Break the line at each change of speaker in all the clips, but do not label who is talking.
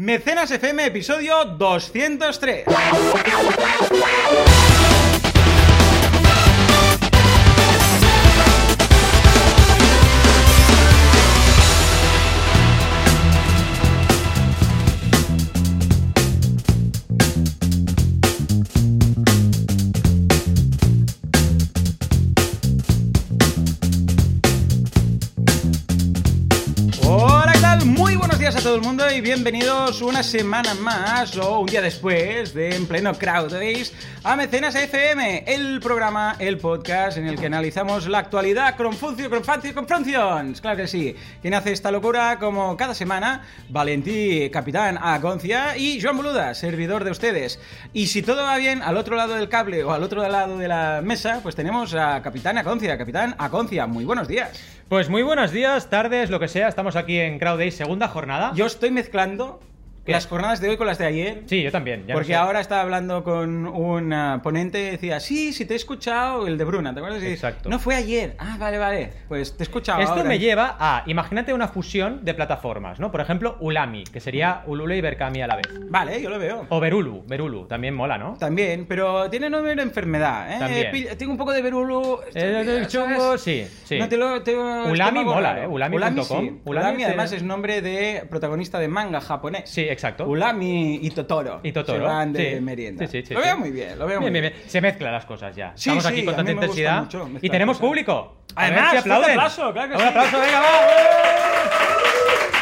Mecenas FM, episodio 203. Hola, ¿qué tal? Muy buenos días a todo el mundo y bienvenidos una semana más o un día después de En Pleno Crowd Days a Mecenas FM, el programa, el podcast en el que analizamos la actualidad con Funcio, con Fancio, con Funcions. Claro que sí. Quien hace esta locura, como cada semana, Valentí, capitán Agoncia y Joan Boluda, servidor de ustedes. Y si todo va bien, al otro lado del cable o al otro lado de la mesa, pues tenemos a capitán Agoncia. Capitán Agoncia, muy buenos días.
Pues muy buenos días, tardes, lo que sea. Estamos aquí en Crowd Days, segunda jornada.
Yo estoy mezclando
¿Qué?
las jornadas de hoy con las de ayer.
Sí, yo también. ya no
Porque
sé.
ahora estaba hablando con un ah, ponente y decía, sí, sí, te he escuchado, el de Bruna, ¿te acuerdas? Y dice,
Exacto.
No fue ayer. Ah, vale, vale. Pues te he escuchado.
Esto
ahora".
me lleva a, imagínate una fusión de plataformas, ¿no? Por ejemplo, Ulami, que sería Ulule y Berkami a la vez.
Vale, yo lo veo.
O Berulu, Berulu, también mola, ¿no?
También, pero tiene nombre de enfermedad, ¿eh?
También.
Pi- Tengo un poco de verulu.
Eh,
¿sabes?
el chungo, sí, sí.
No te lo, te- estómago
mola,
raro.
¿eh? Ulami.com.
Ulami, sí.
Ulami
Ulami,
te-
además es nombre de protagonista de manga japonés.
Sí, exacto.
Ulami y Totoro.
Y Totoro.
Se van de
sí.
merienda.
Sí, sí, sí,
lo
sí.
veo muy bien, lo veo muy
bien, bien, bien. Se mezclan las cosas ya.
Sí,
Estamos
sí,
aquí con
a
tanta
mí me gusta
intensidad.
mucho mezclar
y tenemos
cosas.
público. A ver
Además,
si
fuerte
aplauden.
aplauso, claro que
un
sí. ¡Eh!
aplauso, venga,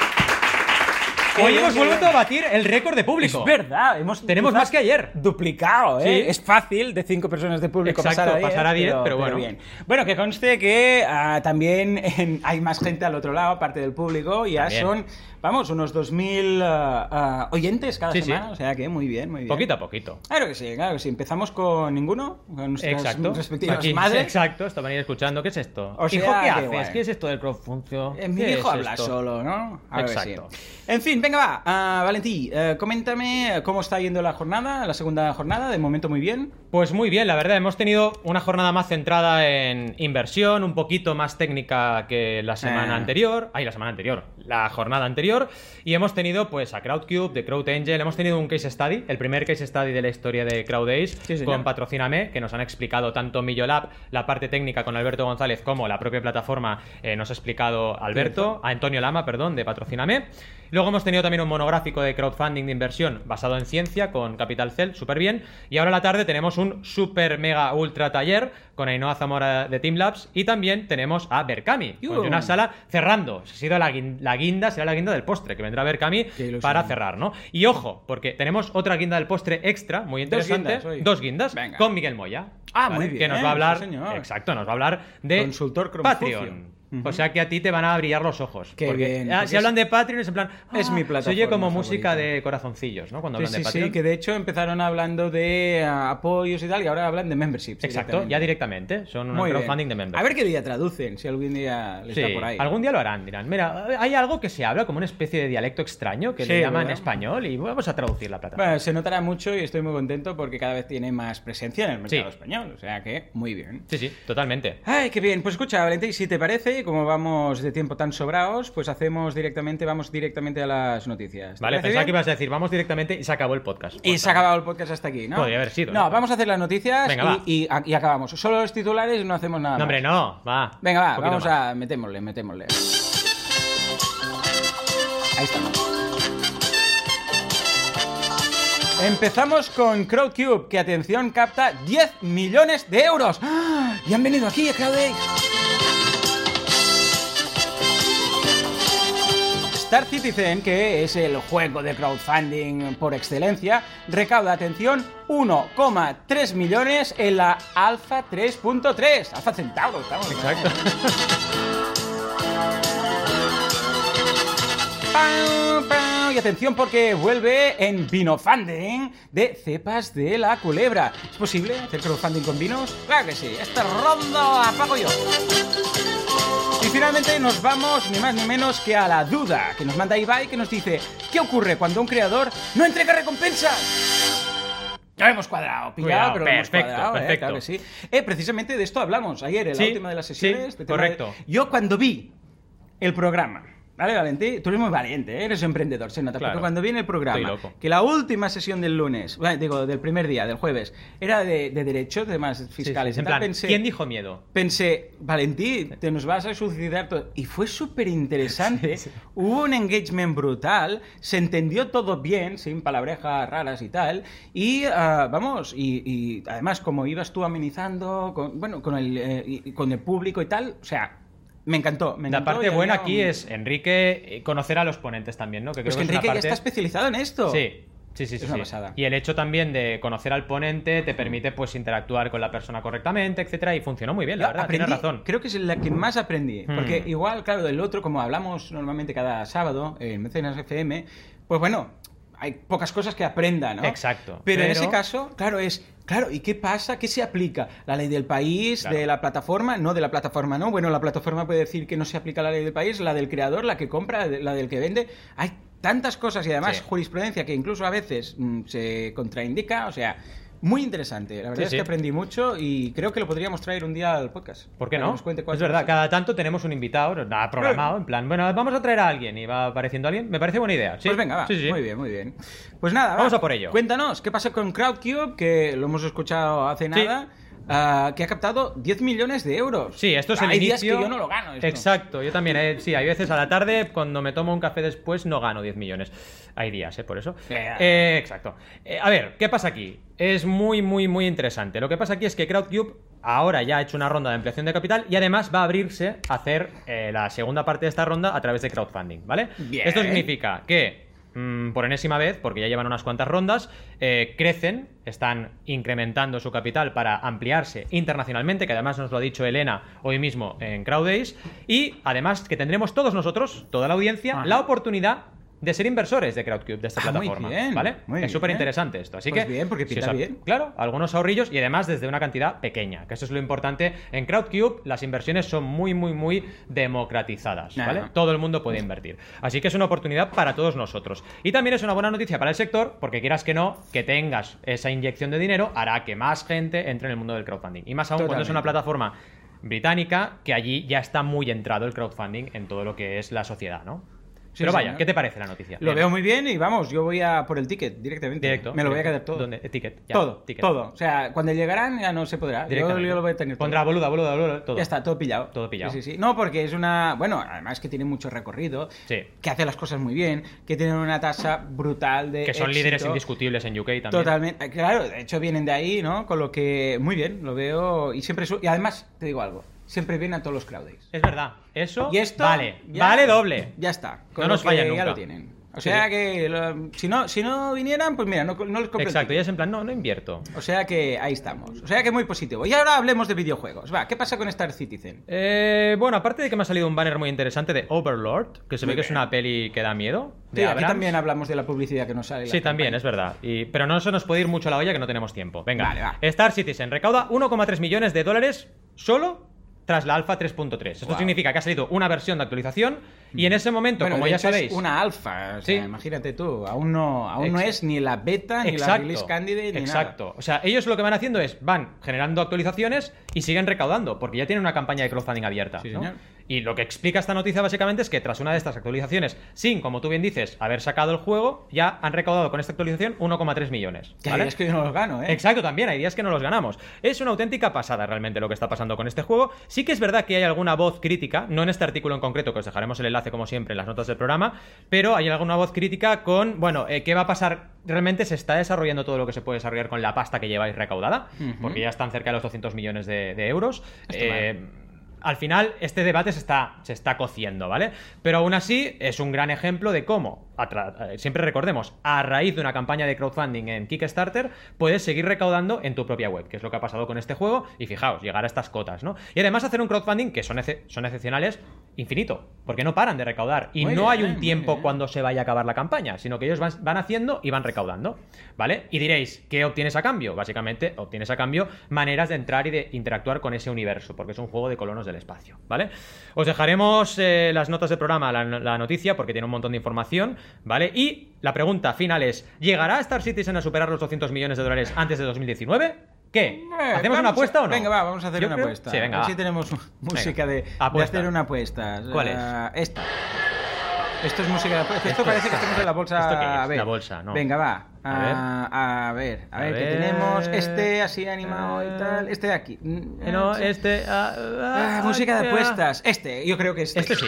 va.
Qué
Hoy
bien,
hemos
qué
vuelto
bien.
a batir el récord de público.
Es verdad, hemos
Tenemos
quizás
más que ayer.
Duplicado, ¿eh?
Sí.
Es fácil de cinco personas de público
Exacto,
pasar a 10.
pasar a 10, pero bueno.
bien. Bueno, que conste que ah, también en- hay más gente al otro lado, aparte del público, y ya
También.
son, vamos, unos 2.000 ah, ah, oyentes cada
Sí, sí.
semana, o sea que muy bien, muy bien.
Poquito a poquito.
Claro que sí, claro que sí. Empezamos con ninguno, con nuestras
Exacto.
respectivas
Aquí,
madres.
Exacto, estaban ahí escuchando. ¿Qué es esto?
O sea,
Hijo,
qué
¿qué haces?
guay.
¿Qué es esto del crowdfuncio?
Eh, Mi
¿Qué
hijo
es
habla
esto?
solo, ¿no? Ahora que sí.
Exacto.
En fin, venga, va. Ah, Valentí, eh, coméntame cómo está yendo la jornada, la segunda jornada. De momento, muy bien.
Pues muy bien, la verdad, hemos tenido una jornada más centrada en inversión, un poquito más técnica que la semana
Ah.
anterior, ay, la semana anterior, la jornada anterior, y hemos tenido pues a CrowdCube, de CrowdAngel, hemos tenido un case study, el primer case study de la historia de CrowdAce,
Sí, señor.
con Patrocíname, que nos han explicado tanto Millolab, la parte técnica con Alberto González, como la propia plataforma eh, nos ha explicado Alberto, a Antonio Lama, perdón, de Patrocíname. Luego hemos tenido también un monográfico de crowdfunding de inversión basado en ciencia con Capital Cell, súper bien. Y ahora a la tarde tenemos un super mega ultra taller con Ainhoa Zamora de Team Labs y también tenemos a Berkami,
Yuhu.
con Pues una sala cerrando. Ha sido la, guin- la guinda, será la guinda del postre que vendrá Berkami
Qué ilusión.
para cerrar, ¿no? Y ojo, porque tenemos otra guinda del postre extra, muy interesante.
guindas hoy.
dos guindas
Venga.
con Miguel Moya.
Ah, muy bien,
Que nos va a hablar.
sí, señor.
Exacto, nos va a hablar de
Consultor con
Patreon.
Fucio. Ujú.
O sea que a ti te van a brillar los ojos.
Qué
porque,
bien,
ah,
porque
si
es-
hablan de Patreon es en plan. "Ah,
es mi
Se oye
plataforma
como música
favorita.
de corazoncillos, ¿no? Cuando
Sí,
hablan de
sí,
Patreon.
sí, que de hecho empezaron hablando de ah, apoyos y tal, y ahora hablan de memberships.
Exacto, ya directamente. Son un
Muy bien.
crowdfunding de members.
A ver qué día traducen, si algún día les
Sí,
da por ahí.
algún día lo harán, dirán. Mira, hay algo que se habla como una especie de dialecto extraño que
Sí,
le llaman
¿verdad?
español y vamos a traducir la plataforma.
Bueno, se notará mucho y estoy muy contento porque cada vez tiene más presencia en el mercado
Sí.
español, o sea que muy bien.
Sí, sí, totalmente.
Ay, qué bien. Pues escucha, Valentín, si te parece, y como vamos de tiempo tan sobrados, pues hacemos directamente, vamos directamente a las noticias. ¿Te
Vale,
parece
pensaba
bien?
que ibas a decir, vamos directamente y se acabó el podcast.
Y se ha acabado el podcast hasta aquí, ¿no?
Podría haber sido,
No,
¿eh?
vamos a hacer las noticias
Venga,
y-
va.
y, y acabamos. Solo los titulares y no hacemos nada.
No, hombre,
más.
no, va.
Venga, va,
Un poquito
vamos
más.
a. Metémosle, metémosle. Ahí estamos. Empezamos con Crowdcube, que atención, capta 10 millones de euros. ¡Ah! Y han venido aquí, a CrowdAce. Star Citizen, que es el juego de crowdfunding por excelencia, recauda, atención, 1,3 millones en la Alpha 3.3. Alpha Centauro, estamos.
Exacto.
Pam, pam. Y atención porque vuelve en Vino Funding de cepas de la culebra. ¿Es posible hacer crowdfunding con vinos? Claro que sí. Esta ronda la pago yo. Y finalmente nos vamos ni más ni menos que a la duda que nos manda Ibai que nos dice ¿Qué ocurre cuando un creador no entrega recompensas? Ya lo hemos cuadrado, pillado,
Cuidado,
pero lo hemos
perfecto,
cuadrado, ¿eh?
perfecto.
Claro que sí. Eh, precisamente de esto hablamos ayer en la
Sí,
última de las sesiones.
sí,
de tema de-
correcto.
Yo cuando vi el programa Vale, Valentí, tú eres muy valiente, ¿eh? eres emprendedor, se nota.
Claro.
Porque cuando viene el programa,
Estoy loco.
que la última sesión del lunes, bueno, digo, del primer día, del jueves, era de, de derechos, de temas fiscales. y
en
tal,
plan,
pensé-
¿quién dijo miedo?
Pensé, Valentí, te nos vas a suicidar todo. Y fue súper interesante. Hubo un engagement brutal. Se entendió todo bien, sin palabrejas raras y tal. Y ah, vamos, y, y además, como ibas tú amenizando, con, bueno, con el, eh, y- y con el público y tal, o sea, me encantó. Me
La
encantó y
parte
había
buena aquí
un-
es Enrique eh, conocer a los ponentes también, ¿no? Que creo
Pues que
que es una
Enrique ya
parte-
está especializado en esto.
Sí. Sí, sí, sí,
Es una
sí.
pasada.
Y el hecho también de conocer al ponente te permite pues interactuar con la persona correctamente, etcétera, y funcionó muy bien, la
Yo
verdad,
aprendí-
tienes razón.
Creo que es la que más aprendí.
Hmm.
Porque igual, claro, del otro, como hablamos normalmente cada sábado en Mecenas FM, pues bueno, hay pocas cosas que aprenda, ¿no?
Exacto.
Pero, en
Pero-
ese caso, claro, es. Claro, ¿y qué pasa? ¿Qué se aplica? ¿La ley del país?
Claro.
¿De la plataforma? No, de la plataforma no. Bueno, la plataforma puede decir que no se aplica la ley del país, la del creador, la que compra, la del que vende. Hay tantas cosas y además
Sí.
jurisprudencia que incluso a veces mm, se contraindica. O sea, muy interesante. La verdad
Sí,
es que
sí.
aprendí mucho y creo que lo podríamos traer un día al podcast.
¿Por qué
Para que
no?
nos cuente
Es
cuáles
verdad,
son.
cada tanto tenemos un invitado, nada programado, en plan, bueno, vamos a traer a alguien y va apareciendo alguien. Me parece buena idea. ¿sí?
Pues venga, va.
Sí, sí.
Muy bien, muy bien. Pues nada, va.
Vamos a por ello.
Cuéntanos, ¿qué pasa con Crowdcube? Que lo hemos escuchado hace nada. ah, que ha captado 10 millones de euros.
Sí, esto es el
Hay
inicio.
días que yo no lo gano. esto.
Exacto, yo también. eh, sí, hay veces a la tarde, cuando me tomo un café después, no gano 10 millones. Hay días, ¿eh? Por eso.
Ya, ya.
Eh, exacto. Eh, a ver, ¿qué pasa aquí? Es muy, muy, muy interesante. Lo que pasa aquí es que Crowdcube ahora ya ha hecho una ronda de ampliación de capital y además va a abrirse a hacer eh, la segunda parte de esta ronda a través de crowdfunding, ¿vale?
Bien.
Esto significa que, mm, por enésima vez, porque ya llevan unas cuantas rondas, eh, crecen, están incrementando su capital para ampliarse internacionalmente, que además nos lo ha dicho Elena hoy mismo en Crowdays, y además que tendremos todos nosotros, toda la audiencia,
Ajá.
la oportunidad de ser inversores de Crowdcube, de esta
Ah, muy
plataforma.
bien,
¿Vale?
muy bien.
es súper interesante esto. Así
Pues
que.
bien, porque
si
pinta
os ha-
bien.
Claro, algunos ahorrillos y además desde una cantidad pequeña, que eso es lo importante. En Crowdcube las inversiones son muy, muy, muy democratizadas.
Ajá.
¿vale? Todo el mundo puede invertir. Así que es una oportunidad para todos nosotros. Y también es una buena noticia para el sector, porque quieras que no, que tengas esa inyección de dinero hará que más gente entre en el mundo del crowdfunding. Y más aún cuando es una
Totalmente.
plataforma británica que allí ya está muy entrado el crowdfunding en todo lo que es la sociedad, ¿no?
Sí,
Pero vaya,
señor.
¿qué te parece la noticia?
Lo
Bien.
veo muy bien y vamos, yo voy a por el ticket directamente.
Directo.
Me lo voy a
directo.
quedar todo.
¿Dónde? Eh, Ticket. ya,
todo,
ticket.
todo. O sea, cuando llegarán ya no se podrá. Yo,
Directamente.
yo lo voy a tener todo.
Pondrá boluda, boluda, boluda, todo.
Ya está, todo pillado.
Todo pillado.
Sí, sí, sí. No, porque es una. Bueno, además que tiene mucho recorrido,
Sí.
que hace las cosas muy bien, que tienen una tasa brutal de.
Que son
éxito.
líderes indiscutibles en UK también.
Totalmente. eh, Claro, de hecho vienen de ahí, ¿no? Con lo que. Muy bien, lo veo. Y siempre. su- Y además, te digo algo, siempre vienen a todos los crowdays.
Es verdad. Eso
Y esto.
vale.
ya-
Vale doble.
Ya está.
No nos
lo que
fallan
Ya
nunca.
lo tienen. O
Sí,
sea
sí.
que. lo- si, no, si no vinieran, pues mira, no, no les compro el
Exacto.
ticket.
Y es en plan, no, no invierto.
O sea que ahí estamos. O sea que muy positivo. Y ahora hablemos de videojuegos. Va, ¿qué pasa con Star Citizen?
Eh, bueno, aparte de que me ha salido un banner muy interesante de Overlord, que se
Muy
ve que es
bien.
una peli que da miedo. de
Sí, aquí
Abrams.
también hablamos de la publicidad que nos sale. en la
Sí, también,
campaña.
es verdad. Y- pero no se nos puede ir mucho a la olla que no tenemos tiempo. Venga,
Vale, va.
Star Citizen recauda 1,3 millones de dólares solo tras la alfa 3.3. Esto
Guau. Mm.
significa que ha salido una versión de actualización y en ese momento,
Bueno,
como
de
ya
hecho, es
sabéis,
una alfa. o sea,
Sí.
Imagínate tú, aún no, aún no
Exacto.
es ni la beta, ni la release candidate, ni
exacto. O sea, ellos lo que van haciendo es van generando actualizaciones y siguen recaudando, porque ya tienen una campaña de crowdfunding abierta.
Sí,
¿no?
señor.
Y lo que explica esta noticia básicamente es que tras una de estas actualizaciones, sin, como tú bien dices, haber sacado el juego, ya han recaudado con esta actualización 1,3 millones.
nada.
¿vale?
Que es que yo no los gano, ¿eh?
Exacto, también hay días que no los ganamos. Es una auténtica pasada realmente lo que está pasando con este juego. Sí que es verdad que hay alguna voz crítica, no en este artículo en concreto, que os dejaremos el enlace como siempre en las notas del programa, pero hay alguna voz crítica con, bueno, eh, ¿qué va a pasar? Realmente se está desarrollando todo lo que se puede desarrollar con la pasta que lleváis recaudada,
Ujú.
porque ya están cerca de los 200 millones de, de euros.
Está mal.
Eh, al final, este debate se está, se está cociendo, ¿vale? Pero aún así, es un gran ejemplo de cómo, a tra- eh, siempre recordemos, a raíz de una campaña de crowdfunding en Kickstarter, puedes seguir recaudando en tu propia web, que es lo que ha pasado con este juego, y fijaos, llegar a estas cotas, ¿no? Y además hacer un crowdfunding, que son, exce- son excepcionales, infinito, porque no paran de recaudar, y
Muy
no hay
bien, eh,
un
muy
tiempo
bien.
cuando se vaya a acabar la campaña, sino que ellos van, van haciendo y van recaudando, ¿vale? Y diréis, ¿qué obtienes a cambio? Básicamente, obtienes a cambio maneras de entrar y de interactuar con ese universo, porque es un juego de colonos del espacio, ¿vale? Os dejaremos eh, las notas del programa, la, la noticia, porque tiene un montón de información, ¿vale? Y la pregunta final es, ¿llegará Star Citizen a superar los 200 millones de dólares antes de 2019? ¿Qué?
Eh,
¿Hacemos una
vamos
apuesta
a-
o no?
Venga, va, vamos a hacer
Yo
una
creo-
apuesta.
Sí, venga.
A ver
va.
si tenemos música de, de
Apuesta.
hacer una apuesta.
¿Cuál
Ah, Esta. Esto es música. de- Esto,
Esto-
parece que estamos en la bolsa.
¿esto qué es?
A ver.
La bolsa, no.
Venga, va. Ah,
A
A, a ver, a
A
ver, ¿qué
ver.
tenemos? Este así animado y tal. Este de aquí. Mm,
Eh, No,
sí.
este. ah, ah,
Ah, música de
ah.
apuestas. Este, yo creo que este.
Este sí.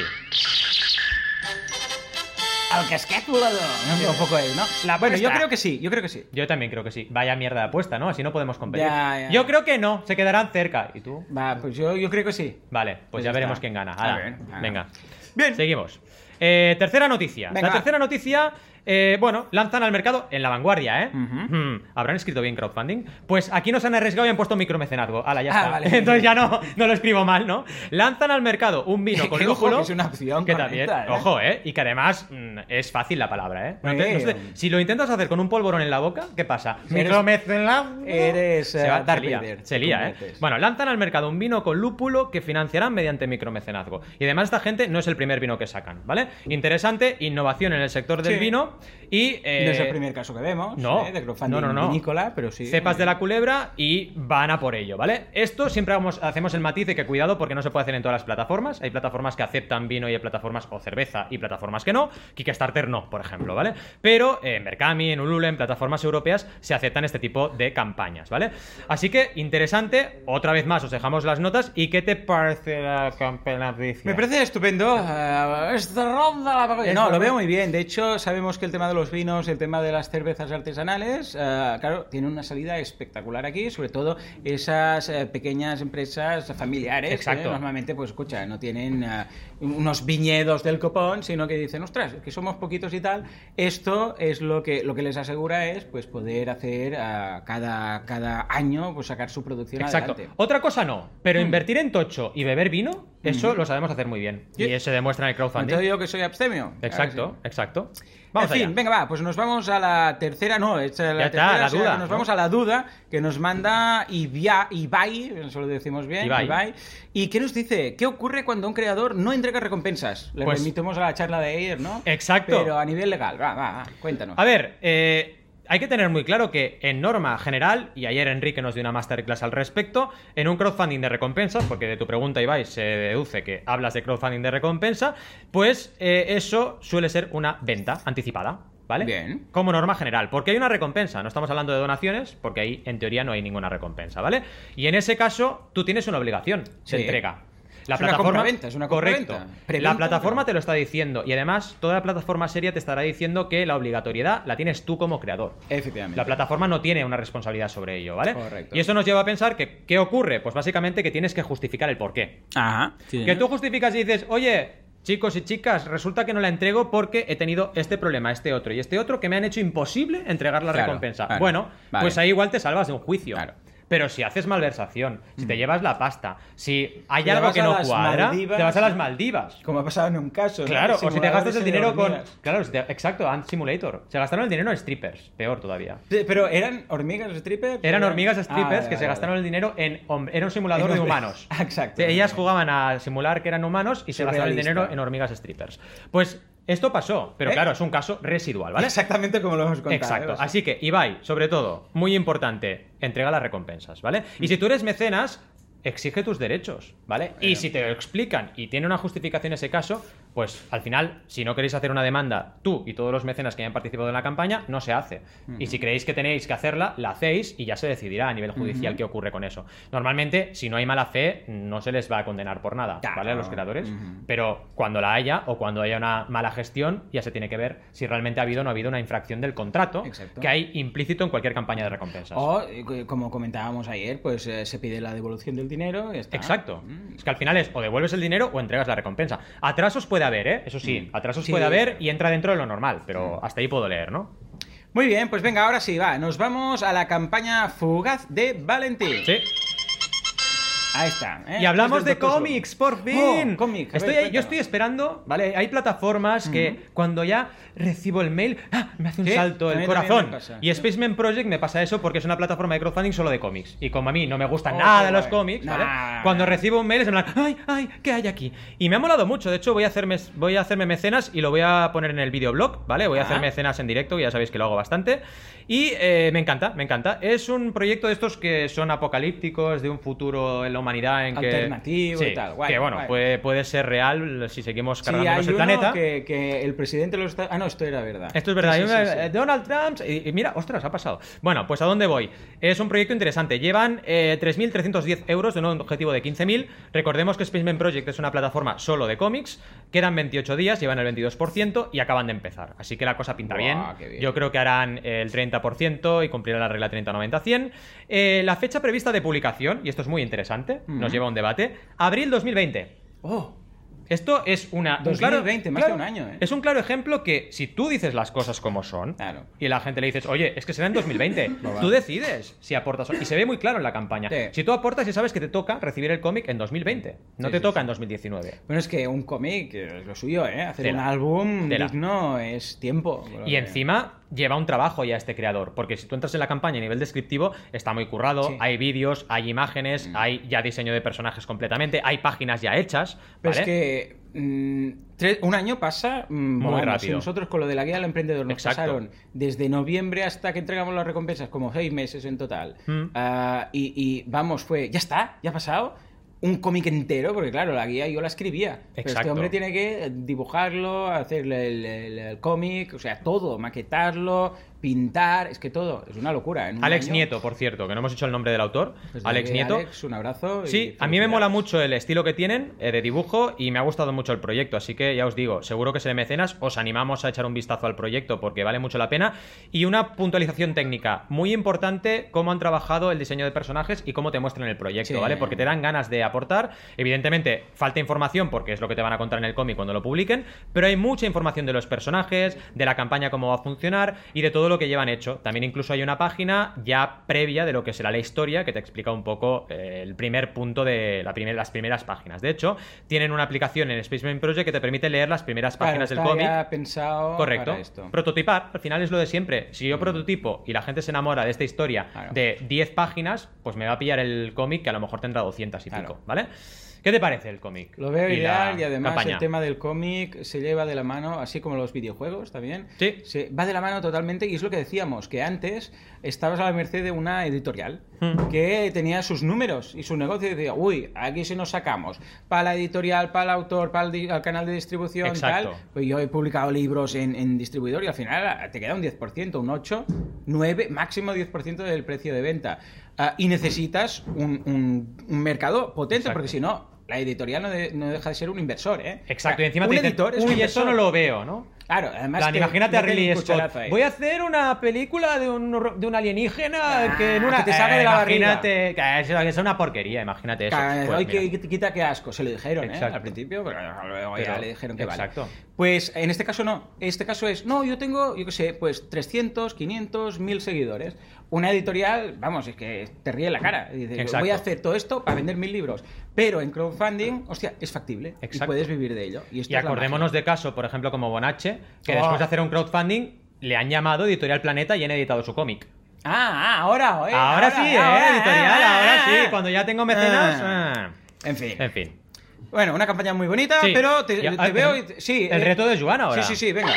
El casquet volador. No, un poco él, ¿no? La bueno, yo
apuesta.
creo que sí, yo creo que sí.
Yo también creo que sí. Vaya mierda de apuesta, ¿no? Así no podemos competir.
Ya, ya.
Yo creo que no, se quedarán cerca. ¿Y tú?
Va, pues yo, yo creo que sí.
Vale, pues,
Pues
ya,
ya
veremos
está.
quién gana.
A
Ala,
ver, ah.
venga.
Bien.
Seguimos. Eh, tercera noticia.
Venga,
la
va.
tercera noticia, eh, bueno, lanzan al mercado en la vanguardia, ¿eh?
Ujú.
Hmm, ¿Habrán escrito bien crowdfunding? Pues aquí nos han arriesgado y han puesto micromecenazgo. Ala, ya
Ah,
está.
vale.
Entonces ya no, no lo escribo mal, ¿no? Lanzan al mercado un vino con
Que ojo,
lúpulo.
que es una opción
que también,
correcta, ¿eh?
ojo, ¿eh? Y que además mm, es fácil la palabra, ¿eh? No te- no
Sí.
sé- si lo intentas hacer con un polvorón en la boca, ¿qué pasa?
Eres-
Micromecenazgo.
eres, eh, Darth
se lía.
Vader,
Se lía,
te
¿eh?
conviertes.
Bueno, lanzan al mercado un vino con lúpulo que financiarán mediante micromecenazgo. Y además esta gente no es el primer vino que sacan, ¿vale? Interesante, innovación en el sector del
Sí.
vino y... eh,
no es el primer caso que vemos.
no.
¿eh? De crowdfunding
No, no, no.
vinícola, pero sí. Mm.
Cepas de la culebra y van a por ello, ¿vale? Esto siempre vamos- hacemos el matiz de que cuidado porque no se puede hacer en todas las plataformas. Hay plataformas que aceptan vino y hay plataformas o cerveza y plataformas que no. Kickstarter no, por ejemplo, ¿vale? Pero eh, en Mercami, en Ulule, en plataformas europeas se aceptan este tipo de campañas, ¿vale? Así que interesante, otra vez más os dejamos las notas y ¿qué te parece la campaña?
Me parece estupendo. Ah, esta ronda la pago yo.
Esta
Eh, No, lo
ronda.
veo muy bien. De hecho, sabemos que el tema de los vinos, el tema de las cervezas artesanales, ah, claro, tiene una salida espectacular aquí, sobre todo esas eh, pequeñas empresas familiares que
Exacto.
normalmente, pues escucha, no tienen ah, unos viñedos del copón, sino que dicen, ostras, que somos poquitos y tal. Esto es lo que lo que les asegura es pues poder hacer ah, cada, cada año pues sacar su producción
Exacto.
adelante. Mm.
Otra cosa no, pero invertir en tocho y beber vino, eso lo sabemos hacer muy bien.
Yo-
Y eso se demuestra en el crowdfunding.
Entonces yo que soy abstemio. claro que sí.
Exacto, exacto. Vamos
en fin,
allá.
venga, va, pues nos vamos a la tercera, no, es eh, la
Ya está,
tercera,
la
o sea,
duda,
que nos
¿no?
vamos a la duda que nos manda Ibia, Ibai, eso lo decimos bien, Ibai.
Ibai.
¿Y qué nos dice? ¿Qué ocurre cuando un creador no entrega recompensas? Le
Pues-
remitimos a la charla de ayer, ¿no?
Exacto.
Pero a nivel legal, va, va, va, cuéntanos.
A ver, eh, hay que tener muy claro que en norma general, y ayer Enrique nos dio una masterclass al respecto, en un crowdfunding de recompensas, porque de tu pregunta, Ibai, se deduce que hablas de crowdfunding de recompensa, pues eh, eso suele ser una venta anticipada. ¿Vale?
Bien.
Como norma general, porque hay una recompensa, no estamos hablando de donaciones, porque ahí en teoría no hay ninguna recompensa, ¿vale? Y en ese caso, tú tienes una obligación
Sí.
de entrega.
Es una compraventa, es una
Correcto.
compraventa.
La
Preventa,
plataforma
pero-
te lo está diciendo y además toda la plataforma seria te estará diciendo que la obligatoriedad la tienes tú como creador.
Efectivamente.
La plataforma no tiene una responsabilidad sobre ello, ¿vale?
Correcto.
Y eso nos lleva a pensar que, ¿qué ocurre? Pues básicamente que tienes que justificar el porqué.
Ajá. sí,
Que
¿no?
tú justificas y dices, oye, chicos y chicas, resulta que no la entrego porque he tenido este problema, este otro y este otro que me han hecho imposible entregar la
Claro,
recompensa.
claro.
bueno,
Vale.
pues ahí igual te salvas de un juicio.
Claro. Mm.
Pero si haces malversación, si te llevas la pasta, si hay
Te
algo
vas
que
a
no
las
cuadra,
Maldivas. Pues
te vas a las Maldivas.
Como ha pasado en un caso. ¿no?
Claro, o si te
Simuladores
gastas el dinero con.
hormigas.
Claro, si te- exacto, Ant Simulator. Se gastaron el dinero en strippers, peor todavía.
Sí, Pero eran hormigas strippers.
Eran hormigas
Ah,
strippers
vale,
que se
vale,
gastaron
vale.
el dinero en. hom- Era un simulador
En
de
hombres.
humanos.
Exacto.
Ellas jugaban a simular que eran humanos y se gastaron el
Surrealista.
dinero en hormigas strippers. Pues esto pasó, pero
¿Eh?
claro, es un caso residual, ¿vale?
Exactamente como lo hemos contado. ¿eh?
Exacto.
O sea,
Así que, Ibai, sobre todo, muy importante, entrega las recompensas, ¿vale? Y si tú eres mecenas, exige tus derechos, ¿vale? Y si te lo explican y tiene una justificación ese caso, pues al final, si no queréis hacer una demanda, tú y todos los mecenas que hayan participado en la campaña, no se hace. Y si creéis que tenéis que hacerla, la hacéis y ya se decidirá a nivel judicial qué ocurre con eso. Normalmente, si no hay mala fe, no se les va a condenar por nada,
Claro.
¿vale? A los creadores.
Ujú.
Pero cuando la haya o cuando haya una mala gestión, ya se tiene que ver si realmente ha habido o no ha habido una infracción del contrato
Exacto.
que hay implícito en cualquier campaña de recompensas.
O, eh, co- como comentábamos ayer, pues eh, se pide la devolución del dinero y ya está.
Exacto.
Mm.
Es que al final es o devuelves el dinero o entregas la recompensa. Atrasos puede haber, ¿eh? Eso sí, atrasos
Mm. Sí.
puede haber y entra dentro de lo normal, pero hasta ahí puedo leer, ¿no?
Muy bien, pues venga, ahora sí, va. Nos vamos a la campaña fugaz de Valentín.
Sí.
Ahí está. ¿eh?
Y hablamos
Este es
de
Doctor Slow.
cómics, por fin.
Oh, cómic, a
Estoy
ver,
ahí- yo
cuéntanos.
estoy esperando, ¿vale? Hay plataformas que cuando ya recibo el mail, ¡ah! me hace un
Sí,
salto el
también- también
corazón.
me pasa.
Y Spaceman Project me pasa eso porque es una plataforma de crowdfunding solo de cómics. Y como a mí no me gustan
Oh,
nada
qué
los
guay.
cómics, ¿vale?
Nah.
Cuando recibo un mail es en plan, ¡ay, ay! ¿Qué hay aquí? Y me ha molado mucho. De hecho, voy a hacerme, voy a hacerme mecenas y lo voy a poner en el videoblog, ¿vale? Voy a
Ah.
hacerme mecenas en directo, que ya sabéis que lo hago bastante. Y eh, me encanta, me encanta. Es un proyecto de estos que son apocalípticos, de un futuro el hombre humanidad en que...
Alternativo y
Sí,
tal, guay,
que bueno,
guay.
puede, puede ser real si seguimos
Sí,
cargándonos
hay
el
uno
planeta.
que, que el presidente de los Estados... Ah, no, esto era verdad.
Esto es verdad.
Sí,
Yo
sí,
me-
sí, sí.
eh, Donald Trump. Y, y mira, ostras, ha pasado. Bueno, pues a dónde voy. Es un proyecto interesante. Llevan eh, 3.310 euros de un objetivo de 15.000. Recordemos que Spaceman Project es una plataforma solo de cómics. Quedan 28 días, llevan el 22% y acaban de empezar. Así que la cosa pinta bien.
Buah, qué bien.
Yo creo que harán eh, el 30% y cumplirán la regla 30-90-100. Eh, la fecha prevista de publicación, y esto es muy interesante,
Ujú.
nos lleva a un debate. Abril 2020.
Oh,
Esto es una. un
2020, más de
claro-
un año, ¿eh? Ah.
Es un claro ejemplo que si tú dices las cosas como son
Claro.
y la gente le dices, oye, es que será en 2020,
vale.
tú decides si aportas. o- Y se ve muy claro en la campaña.
Sí.
Si tú aportas y sabes que te toca recibir el cómic en 2020, no
Sí,
te
sí,
toca en 2019.
Bueno, es que un cómic eh, es lo suyo, ¿eh? Hacer
Tela.
un álbum
Tela.
digno es tiempo. creo
Y
que-
encima lleva un trabajo ya este creador, porque si tú entras en la campaña a nivel descriptivo, está muy currado,
Sí. Mm.
hay vídeos, hay imágenes, hay ya diseño de personajes completamente, hay páginas ya hechas.
Pero
¿vale?
es que mm, tres- un año pasa mm,
Muy
volando.
rápido.
Si nosotros con lo de la guía del emprendedor nos
Exacto.
pasaron desde noviembre hasta que entregamos las recompensas, como seis meses en total.
Mm.
Ah, y, y, vamos, fue, ya está, ya ha pasado. Un cómic entero, porque claro, la guía yo la escribía. Pero este
Exacto.
hombre tiene que dibujarlo, hacerle el, el- el cómic, o sea, todo, maquetarlo, pintar, es que todo, es una locura. en un
Alex
año.
Nieto, por cierto, que no hemos dicho el nombre del autor.
Pues
Alex
dale,
Nieto.
Alex, un abrazo. y
Sí, a mí me
felicidades.
mola mucho el estilo que tienen eh, de dibujo y me ha gustado mucho el proyecto, así que ya os digo, seguro que se de mecenas, os animamos a echar un vistazo al proyecto porque vale mucho la pena. Y una puntualización técnica, muy importante cómo han trabajado el diseño de personajes y cómo te muestran el proyecto,
Sí.
¿vale? Porque te dan ganas de aportar, evidentemente falta información porque es lo que te van a contar en el cómic cuando lo publiquen, pero hay mucha información de los personajes, de la campaña cómo va a funcionar y de todo lo que llevan hecho. También incluso hay una página ya previa de lo que será la historia que te explica un poco eh, el primer punto de la primer- las primeras páginas. De hecho, tienen una aplicación en Spaceman Project que te permite leer las primeras
Claro,
páginas del
está
cómic.
ya pensado
Correcto.
para esto. Mm.
Prototipar, al final es lo de siempre. Si yo prototipo y la gente se enamora de esta historia
Claro.
de 10 páginas, pues me va a pillar el cómic que a lo mejor tendrá 200 y
Claro.
pico, ¿vale? ¿Qué te parece el cómic?
Lo veo
la
ideal y además
campaña?
el tema del cómic se lleva de la mano, así como los videojuegos también.
Sí.
Se va de la mano totalmente y es lo que decíamos, que antes estabas a la merced de una editorial
Hmm.
que tenía sus números y su negocio y decía, uy, aquí se nos sacamos, para la editorial, para el autor, para el di- al canal de distribución,
Exacto.
tal. Pues yo he publicado libros en, en distribuidor y al final ah, te queda un 10%, un 8, 9, máximo 10% del precio de venta. Ah, y necesitas un, un- un mercado potente
Exacto.
porque si no, la editorial no, de- no deja de ser un inversor, ¿eh? O
Exacto,
sea,
y encima
un
te dicen,
editor es un
uy, eso
inversor".
no lo veo, ¿no?
Claro, además.
Plan,
que
imagínate a
meten
Ridley
un
Scott.
cucharazo ahí.
Voy a hacer una película de un, horror- de un alienígena
Ah,
que en una.
que te salga de la barriga.
imagínate, que es- que es una porquería, imagínate eso.
Ca-
Pues
ay,
mira.
que- que- quita qué asco, se lo dijeron ¿eh?
Exacto.
al principio, pero luego ya
Pero-
le dijeron que vale.
exacto.
Pues en este caso no, este caso es, no, yo tengo, yo qué sé, pues 300, 500, 1000 seguidores. Una editorial, vamos, es que te ríe en la cara. Y dices,
Exacto.
voy a hacer todo esto para vender mil libros. Pero en crowdfunding, hostia, es factible y
Exacto.
puedes vivir de ello. Y, esto
Y
es la
acordémonos
magia.
de casos, por ejemplo, como Bonache, que
Oh.
después de hacer un crowdfunding le han llamado Editorial Planeta y han editado su cómic.
Ah, ah, ahora, eh,
ahora, sí, ¿eh?
ahora,
editorial,
ah,
ahora
ah,
sí.
ah.
Cuando ya tengo mecenas.
Ah.
ah.
En fin.
En fin.
Bueno, una campaña muy bonita,
Sí.
pero te,
Ya-
te
ah,
veo y...
tenemos-
Sí,
el
eh,
reto de Joan ahora.
Sí, sí, sí, venga.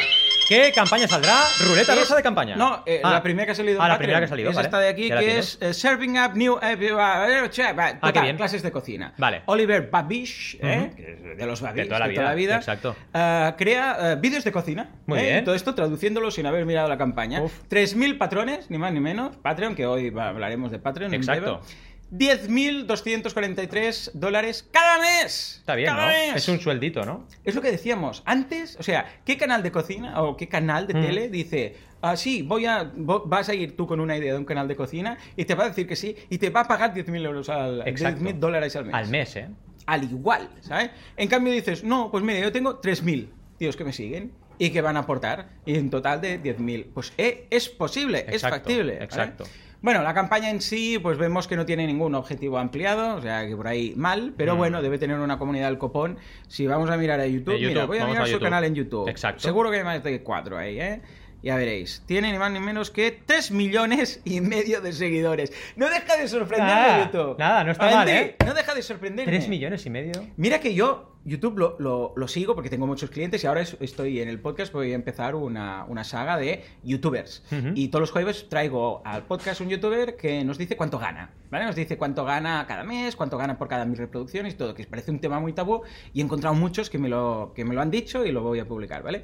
¿Qué campaña saldrá? ¿Ruleta
Es-
rosa de campaña?
No, eh,
Ah.
la primera que ha salido. en
Ah, la
Patreon
primera que ha salido.
Es
vale.
esta de aquí
Ya la
que
tienes. Ah,
es eh, Serving Up New. eh, va, eh, che, va, total,
qué bien.
clases de cocina.
Vale.
Oliver Babish, eh,
Ujú.
que es de los Babish,
De toda la vida, exacto.
ah, crea eh, vídeos de cocina.
Muy
eh,
bien.
Todo esto traduciéndolo sin haber mirado la campaña.
Uf.
3.000 patrones, ni más ni menos. Patreon, que hoy va, hablaremos de Patreon. en
Exacto.
breve. 10.243 dólares cada mes.
Está bien,
cada
¿no?
mes.
Es un sueldito, ¿no?
Es lo que decíamos antes, o sea, ¿qué canal de cocina o qué canal de
Mm.
tele dice, ah, sí, voy a, vo- vas a ir tú con una idea de un canal de cocina y te va a decir que sí y te va a pagar 10.000 euros al,
Exacto.
10.000 dólares al mes?
Al mes, ¿eh?
Al igual, ¿sabes? En cambio dices, no, pues mire, yo tengo 3.000 tíos que me siguen y que van a aportar y en total de 10.000. Pues eh, es posible, es
Exacto,
factible. ¿vale?
exacto.
Bueno, la campaña en sí, pues vemos que no tiene ningún objetivo ampliado, o sea, que por ahí mal, pero
Mm.
bueno, debe tener una comunidad al copón. Si vamos a mirar a YouTube,
En YouTube,
mira, voy a
vamos
mirar
a
su
YouTube.
canal en YouTube.
Exacto.
Seguro que hay más de cuatro ahí, ¿eh? Ya veréis, tiene ni más ni menos que 3 millones y medio de seguidores. No deja de sorprenderme
Nada,
YouTube.
nada, no está
Valente,
mal, ¿eh?
No deja de sorprenderme.
3 millones y medio.
Mira que yo YouTube lo, lo- lo sigo porque tengo muchos clientes y ahora es- estoy en el podcast, voy a empezar una, una saga de youtubers.
Ujú.
Y todos los jueves traigo al podcast un youtuber que nos dice cuánto gana. ¿vale? Nos dice cuánto gana cada mes, cuánto gana por cada mil reproducciones y todo, que parece un tema muy tabú y he encontrado muchos que me lo, que me lo han dicho y lo voy a publicar, ¿vale?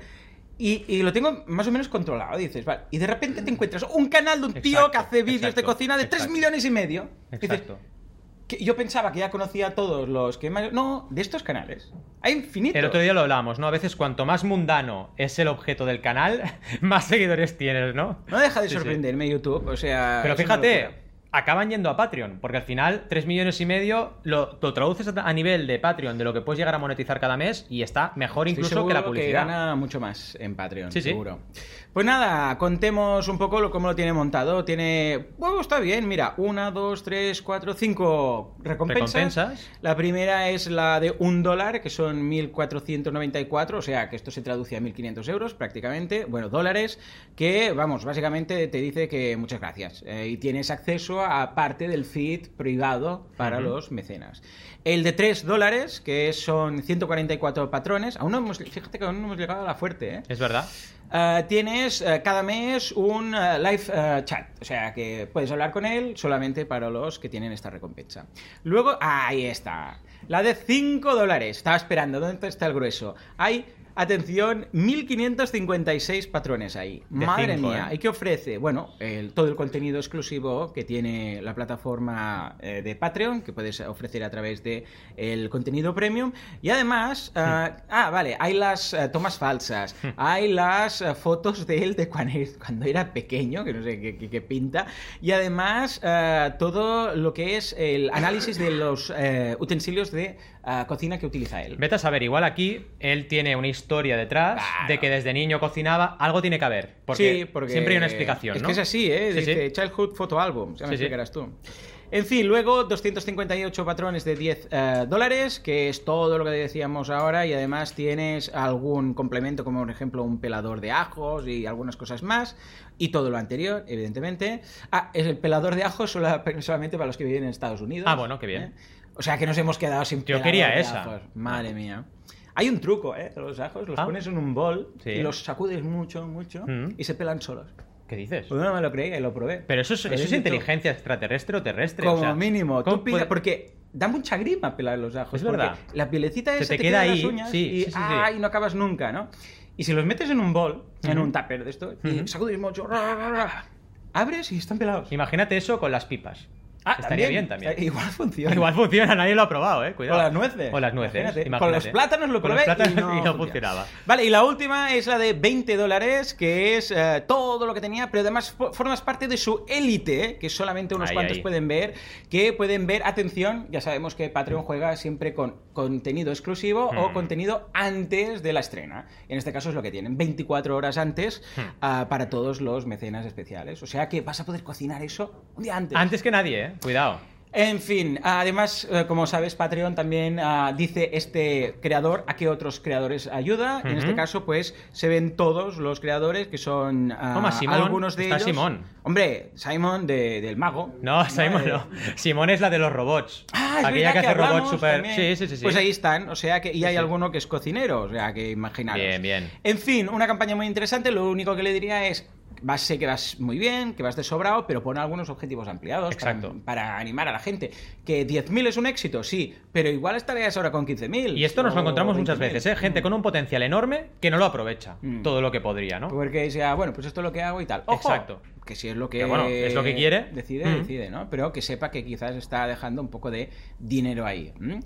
Y, y lo tengo más o menos controlado, dices, vale. Y de repente te encuentras un canal de un tío
Exacto,
que hace vídeos de
exacto,
cocina de 3
exacto.
millones y medio. Dices,
Exacto.
que yo pensaba que ya conocía a todos los que más... No, de estos canales. Hay infinitos.
El otro día lo hablábamos, ¿no? A veces cuanto más mundano es el objeto del canal, más seguidores tienes, ¿no?
No deja de
Sí, sí.
sorprenderme YouTube, o sea...
Pero
Ah, es una
fíjate,
locura.
acaban yendo a Patreon, porque al final 3 millones y medio lo, lo traduces a a nivel de Patreon, de lo que puedes llegar a monetizar cada mes, y está mejor
Estoy
incluso que la
seguro
publicidad.
gana mucho más en Patreon,
Sí, sí.
seguro. Pues nada, contemos un poco lo, cómo lo tiene montado. Tiene... Bueno, está bien, mira. Una, dos, tres, cuatro, cinco recompensas.
Recompensas.
La primera es la de un dólar, que son 1.494, o sea que esto se traduce a 1.500 euros prácticamente, bueno, dólares, que vamos, básicamente te dice que muchas gracias eh, y tienes acceso a parte del feed privado para
Ujú.
los mecenas. El de 3 dólares, que son 144 patrones, aún no hemos, fíjate que aún no hemos llegado a la fuerte, ¿eh?
Es verdad.
Eh, tienes eh, cada mes un eh, live eh, chat, o sea que puedes hablar con él solamente para los que tienen esta recompensa. Luego, ah, ahí está, la de 5 dólares, estaba esperando, ¿dónde está el grueso? Hay, atención, 1556 patrones ahí.
De
Madre
cinco,
mía,
¿eh?
¿y qué ofrece? Bueno, el- todo el contenido exclusivo que tiene la plataforma eh, de Patreon, que puedes ofrecer a través de el contenido premium. Y además, ah, ah, vale, hay las eh, tomas falsas, hay las eh, fotos de él de cuando, cuando era pequeño, que no sé qué, qué- qué pinta. Y además, eh, todo lo que es el análisis de los eh, utensilios de ah, cocina que utiliza él.
Vete a saber, igual aquí él tiene una historia detrás
Claro.
de que desde niño cocinaba, algo tiene que haber. Porque,
Sí, porque
siempre hay una explicación,
es
¿no?
que es así, ¿eh?
Sí, sí.
Dice Childhood Photo Album, ya me
Sí, sí.
explicarás tú. En fin, luego 258 patrones de 10 eh, dólares, que es todo lo que decíamos ahora, y además tienes algún complemento, como por ejemplo un pelador de ajos y algunas cosas más, y todo lo anterior, evidentemente. Ah, es el pelador de ajos sola- solamente para los que viven en Estados Unidos.
Ah, bueno, qué bien.
¿eh? O sea que nos hemos quedado sin
Yo
pelador
quería
de
esa.
ajos. Madre mía. Hay un truco, ¿eh? Los ajos los
Ah.
pones en un bol
Sí.
y los sacudes mucho, mucho
Mm.
y se pelan solos.
¿Qué dices?
Pues no me lo creía y lo probé.
Pero eso es,
Lo
eso es
hice
inteligencia extraterrestre o terrestre.
todo.
o
Como
sea,
mínimo. Tú
¿cómo
pila-
puede-
Porque da mucha grima pelar los ajos.
Es
porque
verdad.
La pielecita
Se
esa
te
te,
queda
queda, en
ahí,
las uñas
sí,
y
sí, sí, sí.
¡ay! no acabas nunca, ¿no? Y si los metes en un bol, en
Ujú.
un tupper de esto,
Ujú.
y sacudes mucho, ra, ra, ra, abres y están pelados.
Imagínate eso con las pipas.
Ah,
Ah, Estaría bien también.
Igual funciona.
Igual funciona, nadie lo ha probado, eh. Cuidado.
O las nueces.
O las nueces.
Imagínate.
imagínate.
Con los plátanos lo
Con
probé
los
y
plátanos
no,
funcionaba.
Vale, y la última es la de 20 dólares, que es eh, todo lo que tenía, pero además fo- formas parte de su élite, que solamente unos
Ahí,
cuantos
ahí.
pueden ver, que pueden ver, atención, ya sabemos que Patreon juega siempre con contenido exclusivo o
Hmm.
contenido antes de la estrena. En este caso es lo que tienen, 24 horas antes
Hmm.
ah, para todos los mecenas especiales. O sea que vas a poder cocinar eso un día antes.
Antes que nadie, eh. Cuidado.
En fin, además, eh, como sabes, Patreon también ah, dice este creador a qué otros creadores ayuda. En
Ujú.
este caso, pues se ven todos los creadores que son ah,
Toma, Simón.
algunos de
Está
ellos.
Simón.
Homón. Hombre, Simon de- del mago.
No, Simón
de-
no. Simón es la de los robots.
Ah, es
Aquella
verdad
que hace robots
hablamos
super.
también.
Sí, sí, sí, sí.
Pues ahí están, o sea que y hay
sí.
alguno que es cocinero, o sea que imaginaros.
Bien, bien.
En fin, una campaña muy interesante, lo único que le diría es vas, sé que vas muy bien, que vas de sobrado, pero pon algunos objetivos ampliados para-
Exacto.
Para, animar a la gente. Que 10.000 es un éxito, sí, pero igual estarías ahora con 15.000.
Y esto nos
o
lo encontramos muchas
20.000.
veces, ¿eh? Gente con un potencial enorme que no lo aprovecha
Mm.
todo lo que podría, ¿no?
Porque decía, bueno, pues esto es lo que hago y tal. Ojo,
Exacto.
Que si es lo que,
Que bueno, es lo que quiere.
Decide,
Mm.
decide, ¿no? Pero que sepa que quizás está dejando un poco de dinero ahí. ¿Mm?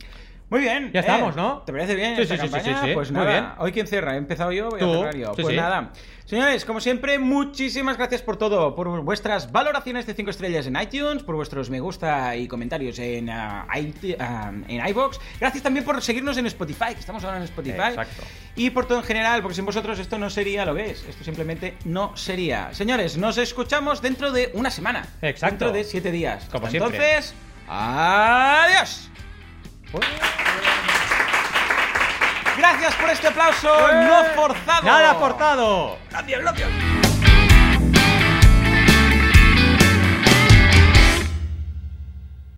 Muy bien. eh,
Ya estamos, ¿no?
¿Te parece bien?
Sí,
esta
sí, sí, sí,
campaña?
sí, sí.
Pues
Muy
nada,
bien.
Hoy quién cierra, he empezado yo, voy a
Tú.
cerrar yo.
Sí,
pues
sí.
nada. Señores, como siempre, muchísimas gracias por todo, por vuestras valoraciones de 5 estrellas en iTunes, por vuestros me gusta y comentarios en, ah, iT- ah, en iVoox. Gracias también por seguirnos en Spotify, que estamos ahora en Spotify.
Exacto.
Y por todo en general, porque sin vosotros esto no sería lo que es. Esto simplemente no sería. Señores, nos escuchamos dentro de una semana.
Exacto.
Dentro de siete días.
Como
Hasta
siempre.
Entonces, adiós. Gracias por este aplauso no forzado.
Eh. ¡Nada forzado!
Gracias, gracias.